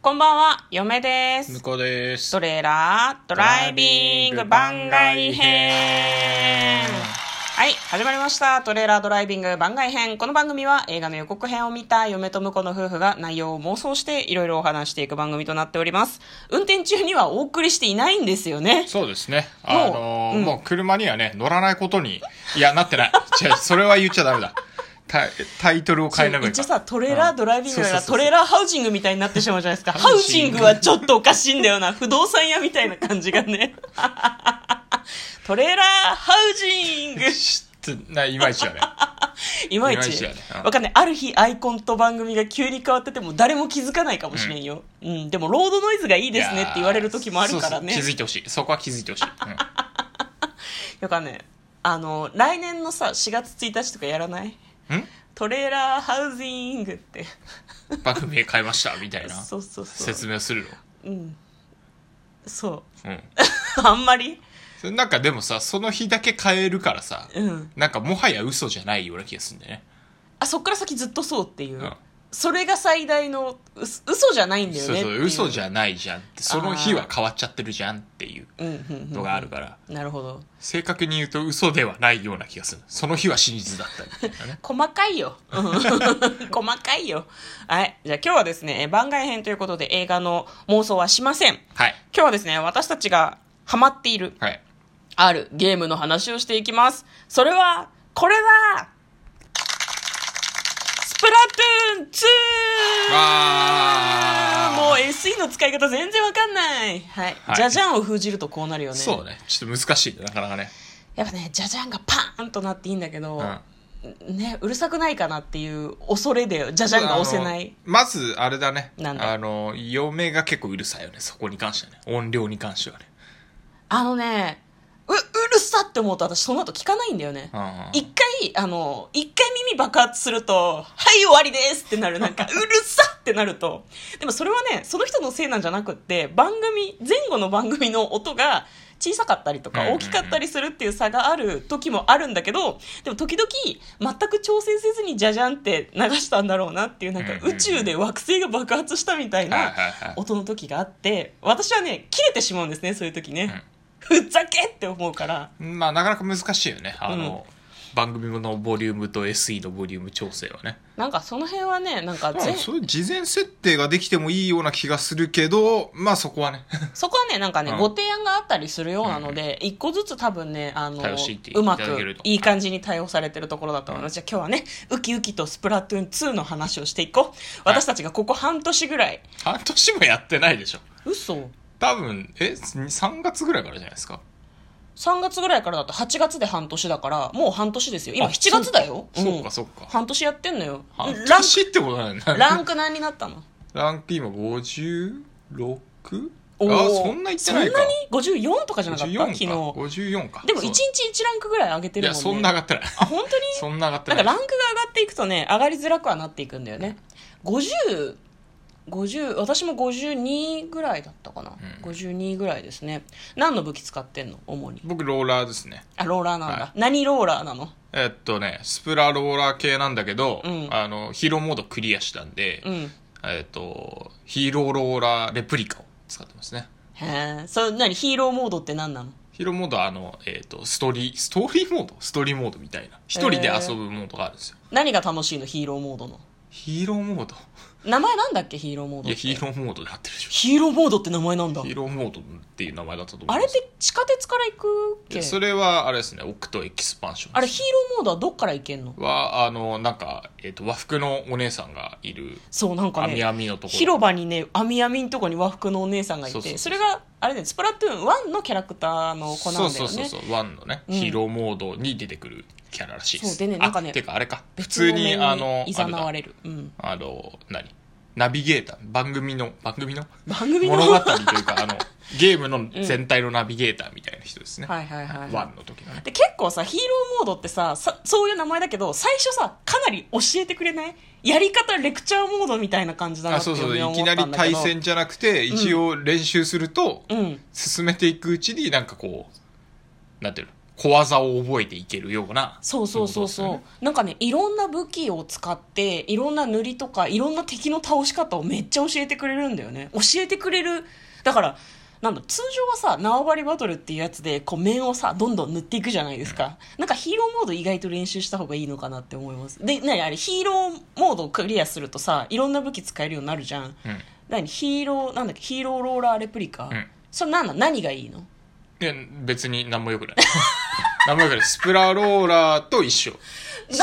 こんばんは、嫁です向。こうですトレーラードライビング番外編。はい、始まりました。トレーラードライビング番外編。この番組は映画の予告編を見た嫁と婿の夫婦が内容を妄想していろいろお話していく番組となっております。運転中にはお送りしていないんですよね。そうですねあもうのーうんもう車にはね乗らないことにいやなってない違うそれは言っちゃダメだタイタイトルを変えなきゃい一応けさ、トレーラードライビングやらそうそうそうトそうレーラーハウジングみたいになってしまうじゃないですか。ハハウウジジンンググはちょっとおかしいんだよ な。不動産屋みたいな感じがね。トレーラーハウジング。ないいまいちだねいまいいまいちちだねうんわかんないある日アイコンと番組が急に変わってても誰も気づかないかもしれんよ、うんでもロードノイズが いいですねって言われる時もあるからねいやーそうそう気づいてほしいそこは気づいてほしい、うんよかねあの来年のさ4月1日とかやらないんトレーラーハウジングって番組へ変えましたみたいなそうそうそう説明をするうんそうの、うんあんまりそれなんかでもさその日だけ変えるからさ、うんなんかもはや嘘じゃないような気がするんだよねあそっから先ずっとそうっていう、うんそれが最大のうす嘘じゃないんだよそうねそう嘘じゃゃないじゃんってその日は変わっちゃってるじゃんっていううんうんうんのがあるから、なるほど正確に言うと嘘ではないような気がするその日は真実だったみたい なね細かいよ。うん細かいよ。はい。じゃあ今日はですね、えー番外編ということで映画の妄想はしません。はい今日はですね、私たちがハマっている、はいあるゲームの話をしていきます。それは、これだスプラトゥーン 2! わーもう SE の使い方全然わかんない。はい。はいじゃじゃんを封じるとこうなるよね。そうねちょっと難しいねなかなかねやっぱね、じゃじゃんがパーンとなっていいんだけど、うんね、うるさくないかなっていう恐れで、じゃじゃんが押せない。あのまずあれだねなんだあの嫁が結構うるさいよねそこに関してはね音量に関してはねあのね、う、うるさって思うと私その後聞かないんだよねう。ん一回、あの、一回耳爆発すると、はい終わりですってなる、 なんか、うるさってなると。でもそれはね、その人のせいなんじゃなくって、番組、前後の番組の音が小さかったりとかうんうんうん大きかったりするっていう差がある時もあるんだけど、でも時々全く挑戦せずにじゃじゃんって流したんだろうなっていう、なんかうんうんう宇ん宙で惑星が爆発したみたいはいなはいはい音の時があって、私はね、切れてしまうんですね、そういう時ね。ふざけって思うから。まあなかなか難しいよねあの、番組のボリュームと SE のボリューム調整はね、なんかその辺はね、なんかま全あ、そういう事前設定ができてもいいような気がするけどまあそこはね そこはね、なんかね、うんご提案があったりするようなので、一個ずつ多分ね、あの対応していって、うまいただけくるといい感じに対応されてるところだと思います。じゃあ今日はね、ウキウキとスプラトゥーン2の話をしていこう。私たちがここ半年ぐらい。半年もやってないでしょ嘘多分え3月ぐらいからじゃないですか ?3 月ぐらいからだと8月で半年だから、もう半年ですよ。今あ7月だよ。そうかそうんかそうか半年やってんのよ。半ランク、年ってことなんだランク何になったのランク今 56? おあーそんな言ってなそんないかに ?54 とかじゃなかった昨54日。か54かでも1そう日1ランクぐらい上げているもやんね。そんな上がってないあ、本当に そんな上がってなんなかいランクが上がっていくとね上がりづらくはなっていくんだよね5050私も52ぐらいだったかな、52ぐらいですね何の武器使ってんの主に僕ローラーですねあローラーなんだ、は何ローラーなのえっとねスプラローラー系なんだけど、うんあのヒーローモードクリアしたんで、うんえっとヒーローローラーレプリカを使ってますねへえそれ何ヒーローモードって何なのヒーローモードはあの、えっとストーリーストーリーモードストーリーモードみたいな一人で遊ぶモードがあるんですよ、何が楽しいのヒーローモードのヒーローモード名前なんだっけヒーローモードいっやてヒーローモードで合ってるでしょヒーローモードって名前なんだヒーローモードっていう名前だったと思あいれまっすて地下鉄から行くっけそれはあれですねオクトエキスパンションあれヒーローモードはどっから行けんのはあのなんか、えっと和服のお姉さんがいるそうなんかね網網のところ広場にねあみあみんとこに和服のお姉さんがいてそそうそうそうれがあれねスプラトゥーン1のキャラクターの子なんだそようそうねそうそうワンのね、うんヒーローモードに出てくるキャラらしいですそうでねなんかねあてかあれか普別通のに面あのいざなわれる、うん、あれだあの何ナビゲーター番組の番組の番組の物語はというかあのゲームの全体のナビゲーターみたいな人ですね、いはいはい、ワンの時のねで結構さヒーローモードってささそういう名前だけど最初さかなり教えてくれないやり方レクチャーモードみたいな感じだなあってそうそう嫁はそ思ういきっなたりんだけ対ど戦じゃなくて、一応練習するとうん進めていくうちになんかこうなんていうの小技を覚えていけるようなそうそうそうそう、ってことですよねなんかねいろんな武器を使っていろんな塗りとかいろんな敵の倒し方をめっちゃ教えてくれるんだよね教えてくれるだからなんだ通常はさ縄張りバトルっていうやつでこう面をさどんどん塗っていくじゃないですか、なんかヒーローモード意外と練習した方がいいのかなって思いますで何あれヒーローモードをクリアするとさいろんな武器使えるようになるじゃんうん何ヒーローなんだっけヒーローローラーレプリカ、うんそれ何なの何がいいのいや別に何もよくない 何もよくないスプラローラーと一緒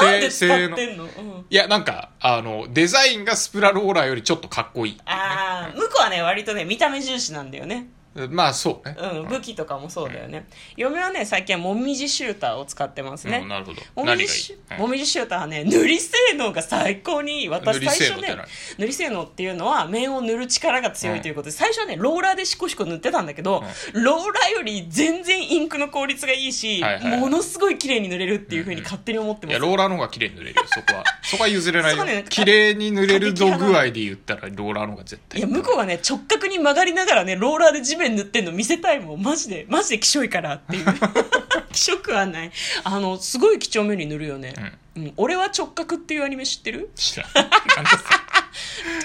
なんで使せってんの、うんいやなんかあのデザインがスプラローラーよりちょっとかっこいいああ向こうはね割とね見た目重視なんだよねまあそうね、うん武器とかもそうだよね、嫁はね最近はもみじシューターを使ってますうんね、なるほども何がいみいじシュ、うんもみじシューターはね塗り性能が最高にいい私塗り性最能初ってね何塗り性能っていうのは面を塗る力が強いということで、最初はねローラーでシコシコ塗ってたんだけど、ローラーより全然インクの効率がいいし、はいはいはいものすごい綺麗に塗れるっていうふうに勝手に思っています、やローラーの方が綺麗に塗れるよそ こはそこは譲れないそうだよよね綺麗に塗れる度具合で言ったらローラーの方が絶対いや、向こうがね、直角に曲がりながらね、ローラーで地面塗ってんの見せたいもん。マジで、マジで希少いからっていう。 希少くはない。あの、すごい几帳面に塗るよね。うん。俺は直角っていうアニメ知ってる 知らんなんだそれ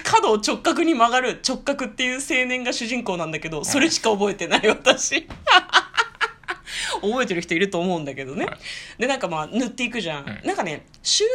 角を直角に曲がる直角っていう青年が主人公なんだけど、それしか覚えてない私。 覚えてる人いると思うんだけどね、はいでなんかまあ塗っていくじゃん、うんなんかねシュー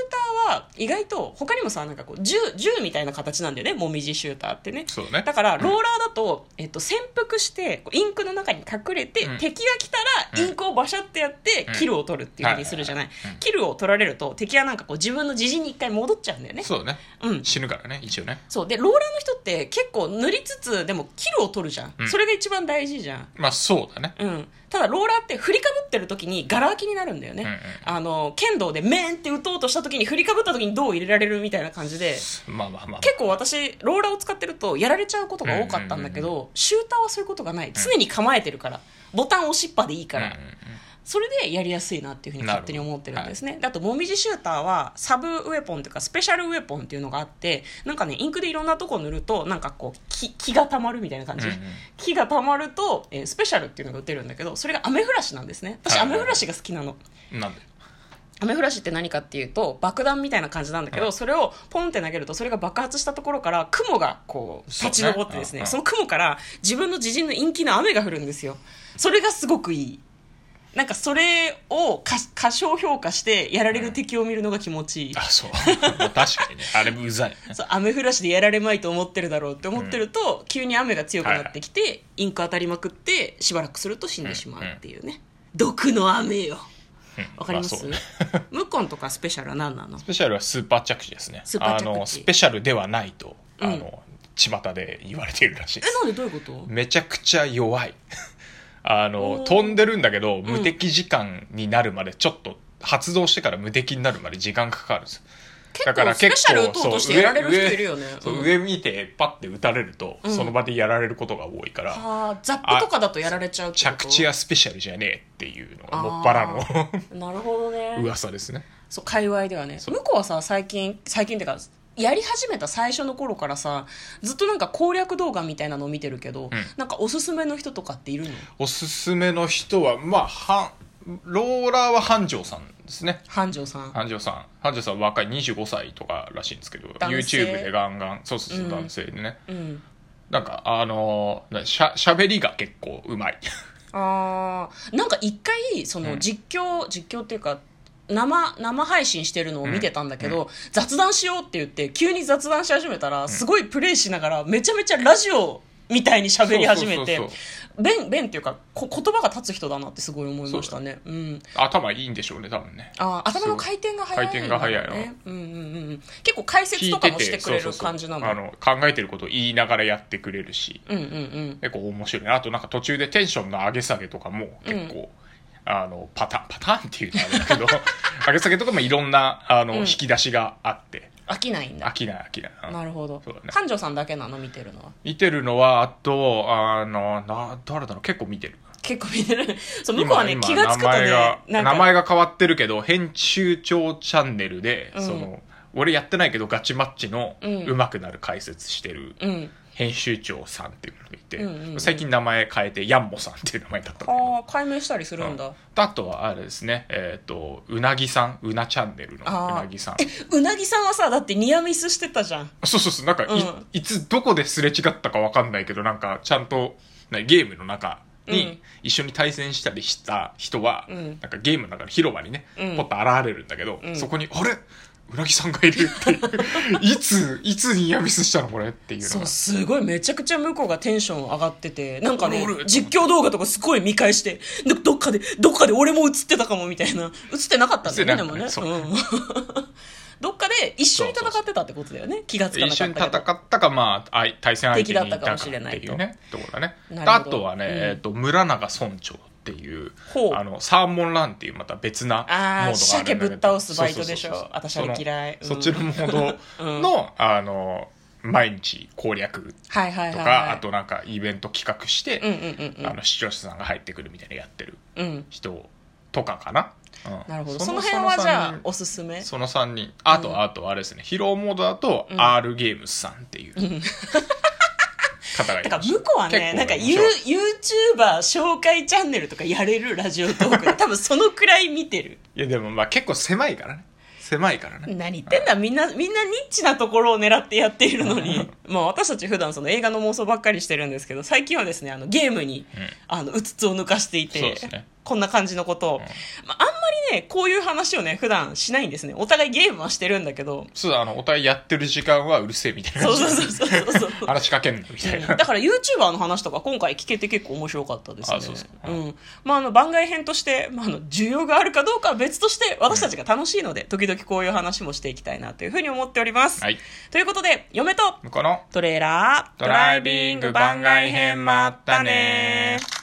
ターは意外と他にもさなんかこう銃銃みたいな形なんだよねもみじシューターってねそうねだからローラーだと、えっと、潜伏してこうインクの中に隠れて、うん敵が来たらインクをバシャってやって、うんキルを取るっていうふうにするじゃない,、キルを取られると敵はなんかこう自分の自陣に一回戻っちゃうんだよねそうねうん死ぬからね一応ねそうでローラーの人って結構塗りつつでもキルを取るじゃん、うんそれが一番大事じゃんまあそうだねうん、ただローラーって振りかぶってる時にガラ空きになるんだよね、うんうんあの剣道でメンって打とうとした時に振りかぶった時にどう入れられるみたいな感じでまあまあまあ結構私ローラーを使ってるとやられちゃうことが多かったんだけど、シューターはそういうことがない常に構えてるからボタン押しっぱでいいから、うんうんうんそれでやりやすいなっていうふうに勝手に思ってるんですね、だともみじシューターはサブウェポンというかスペシャルウェポンっていうのがあってなんかねインクでいろんなとこ塗るとなんかこう気気がたまるみたいな感じ、うんうん気がたまると、えースペシャルっていうのが打てるんだけどそれが雨降らしなんですね私はいはい雨降らしが好きなの。なんでアメフラシって何かっていうと爆弾みたいな感じなんだけど、はいそれをポンって投げるとそれが爆発したところから雲がこうそう立ねち上ってですねうんうんその雲から自分の自陣の陰気の雨が降るんですよそれがすごくいいなんかそれを過過小評価してやられる敵を見るのが気持ちいい、あそう まあ確かにねあれうざいねそう雨降らしでやられまいと思ってるだろうって思ってると、急に雨が強くなってきて、インク当たりまくってしばらくすると死んでしまうっていうね、毒の雨ようんわかります、あそうねムコンとかスペシャルは何なのスペシャルはスーパー着地ですねスーパー着地あのスペシャルではないとあうんの巷で言われているらしいえですなんでどういうことめちゃくちゃ弱い あおーの飛んでるんだけど無敵時間になるまでちょっと発動してから無敵になるまで時間かかるんですだからスペシャル打とうそとうしてやられる人いるよね上そううん上見てパッて打たれると、んその場でやられることが多いから、はあザップとかだとやられちゃうってこと着地はスペシャルじゃねえっていうのがもっぱらあのなるほど ね噂ですねそう界隈ではねそう向こうはさ最近最近ってかやり始めた最初の頃からさずっとなんか攻略動画みたいなのを見てるけど、なんかおすすめの人とかっているのおすすめの人はまあはローラーは繁盛さんですね繁盛さん繁盛さん繁盛さん若い25歳とからしいんですけど男性 YouTube でガンガンそうそうそう、うん男性でねうんなんかあのーなしゃしゃべりが結構うまい あーなんか一回その実況、実況っていうか生生配信してるのを見てたんだけど、雑談しようって言って急に雑談し始めたら、すごいプレイしながらめちゃめちゃラジオみたいに喋り始めてそうそうそう弁弁っていうかこ言葉が立つ人だなってすごい思いましたね。うん、頭いいんでしょうね多分ねあー頭の回転が速いんだね回転が速いのうんうんうん、結構解説とかもしてくれる感じなそうのそうそうあの考えてることを言いながらやってくれるしうんうんうん結構面白いねあとなんか途中でテンションの上げ下げとかも結構、あのパターンパターンっていうのはあれだ けど上げ下げとかもいろんなあの、うん引き出しがあって飽きないん飽だきない飽きないうんなるほど、そうだね繁盛さんだけなの見てるのは見てるのはあとあのな誰だろう結構見てる結構見てるそう向こうはね今気がつくと名前ねがなん名か前が変わってるけど編集長チャンネルで、うんその俺やってないけどガチマッチのうんうまくなる解説してるうん編集長さんっていうのがいて、うんうんうん最近名前変えてヤンモさんっていう名前だったんだけどああ解明したりするんだ、あとはあれですねえっ、とうなぎさんうなチャンネルのうあーなぎさんうなぎさんはさだってニアミスしてたじゃんそうそうそうなんかい,、うんつどこですれ違ったかわかんないけどなんかちゃんとなゲームの中うんに一緒に対戦したりした人は、うんなんかゲームの中の広場にね、うんポッと現れるんだけど、うんそこに「あれうなぎさんがいる」っていう いついつニアミスしたのこれっていうのそうがすごいめちゃくちゃ向こうがテンション上がっててなんかねおるおる実況動画とかすごい見返してどどっかでどっかで俺も映ってたかもみたいな映ってなかったんだよね映ってでもなかね、ったねうん どっかで一緒に戦ってたってことだよね気がつかな一かっ緒にた戦けどったか、まあ、あい対戦相手に敵いだったたかかもっしてれないというね、ところだね。でなるほあどとはね、うんえっ、と、村永村長っていうほう、あの、サーモンランっていうまた別なモードがあああるんだけど。鮭ぶっ倒すバイトでしそうそうそうそょう私あれ嫌いそのそっちのモ ーうドんの、あの、毎日攻略はいはいとはいか、はいあとなんかイベント企画しうんうて、んうんあの、視聴者さんが入ってくるみたいなのやってるうんうん人とかかな。うんなるほどその辺はじゃあおすすめその3人。あと、あと、あれですね。ヒーローモードだと、ん R ゲームズさんっていう方がいてまかす。向こうはね結構なんか面ユ白いー YouTuber 紹介チャンネルとかやれるラジオトーク で多分そのくらい見てるいや、でもまあ結構狭いからね。狭いからね。何言ってんだみんな、みんなニッチなところを狙ってやっているのに。まあ私たち普段その映画の妄想ばっかりしてるんですけど、最近はですね、あのゲームに、あの、うつつを抜かしていそうてです、ねこんな感じのことを。まああんまりね、こういう話をね、普段しないんですね。お互いゲームはしてるんだけど、そうだ、あの、お互いやってる時間はうるせえみたいな そ感うじで。そうそうそうそうそう。話しかけんのみたいうんな。だから YouTuber の話とか今回聞けて結構面白かったですねあそうですかうんまあ、あの番外編として、まあ、あの需要があるかどうかは別として私たちが楽しいので、時々こういう話もしていきたいなというふうに思っております、はい。ということで嫁と向こうのトレーラードドライビング番外編まったねー。